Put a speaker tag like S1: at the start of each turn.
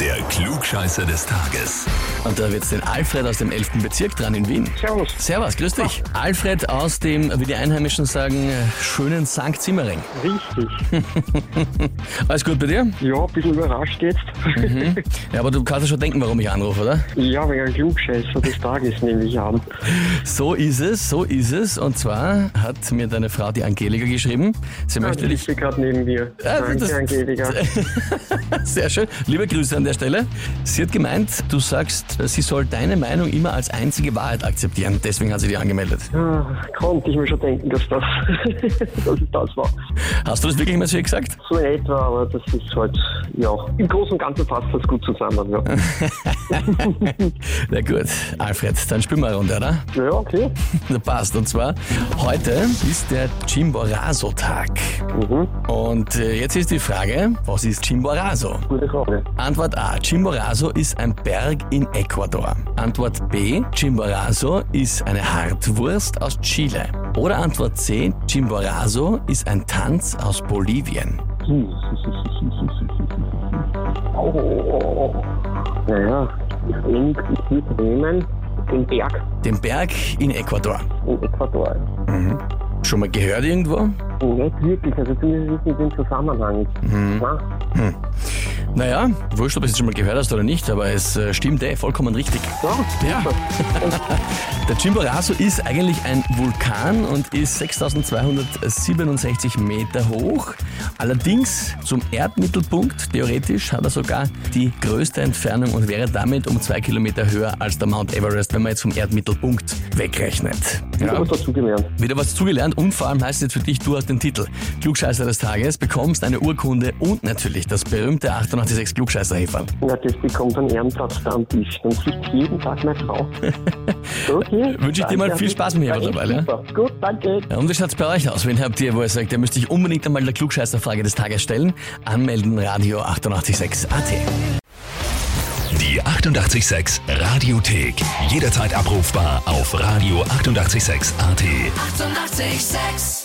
S1: Der Klugscheißer des Tages.
S2: Und da wird's den Alfred aus dem 11. Bezirk dran in Wien.
S3: Servus.
S2: Servus, grüß dich. Alfred aus dem, wie die Einheimischen sagen, äh, schönen St. Simmering.
S3: Richtig.
S2: Alles gut bei dir?
S3: Ja, ein bisschen überrascht jetzt.
S2: Ja, aber du kannst ja schon denken, warum ich anrufe, oder?
S3: ja, wegen einem Klugscheißer des Tages nehme ich an.
S2: So ist es, so ist es. Und zwar hat mir deine Frau, die Angelika, geschrieben. Sie möchte
S3: Die
S2: dich.
S3: sitzt gerade neben mir.
S2: Ah,
S3: Danke,
S2: das-
S3: Angelika.
S2: Sehr schön. Liebe Grüße an der Stelle. Sie hat gemeint, du sagst, sie soll deine Meinung immer als einzige Wahrheit akzeptieren. Deswegen hat sie dich angemeldet.
S3: Ah, konnte ich mir schon denken, dass das, dass es das war.
S2: Hast du das wirklich mal so gesagt?
S3: So in etwa, aber das ist halt, ja, im Großen und Ganzen passt das gut zusammen. Ja,
S2: Na gut, Alfred, dann spielen wir eine Runde, oder?
S3: ja okay.
S2: Na, Passt. Und zwar, heute ist der Chimborazo-Tag.
S3: Mhm,
S2: Und äh, jetzt ist die Frage, was ist Chimborazo?
S3: gute Frage.
S2: Antwort A. Chimborazo ist ein Berg in Ecuador. Antwort B. Chimborazo ist eine Hartwurst aus Chile. Oder Antwort C. Chimborazo ist ein Tanz aus Bolivien.
S3: Hm. Oh. Naja, ich eh nehme, ich würde nehmen den Berg
S2: Den Berg in Ecuador.
S3: in Ecuador.
S2: Schon mal gehört irgendwo?
S3: Nicht wirklich, also zumindest nicht im Zusammenhang.
S2: Mhm.
S3: Na,
S2: Naja, wurscht, ob du es jetzt schon mal gehört hast oder nicht, aber es äh, stimmt eh vollkommen richtig.
S3: so,
S2: Ja. Der Chimborazo ist eigentlich ein Vulkan und ist 6267 Meter hoch. Allerdings zum Erdmittelpunkt, theoretisch, hat er sogar die größte Entfernung und wäre damit um zwei Kilometer höher als der Mount Everest, wenn man jetzt vom Erdmittelpunkt wegrechnet.
S3: ich
S2: Ja.
S3: habe dazu gelernt.
S2: Wieder was zugelernt und vor allem heißt es jetzt für dich, du hast den Titel Klugscheißer des Tages, bekommst eine Urkunde und natürlich das berühmte 886 Klugscheißer-Heferl.
S3: Ja, das bekommt einen Ehrenplatz da am Tisch. Dann sieht jeden Tag meine Frau. Okay.
S2: Wünsche ich dir mal
S3: danke.
S2: viel Spaß mit mir
S3: War echt
S2: dabei, ja?
S3: super. Gut, danke.
S2: Ja, und wie schaut's bei euch aus? Wen habt ihr, wo ihr sagt, ihr müsst euch unbedingt einmal der Klugscheißerfrage des Tages stellen? Anmelden, Radio 886 AT.
S1: Die 88,6 Radiothek. Jederzeit abrufbar auf radio886.at. 88,6.
S4: Eighty-eight, sex.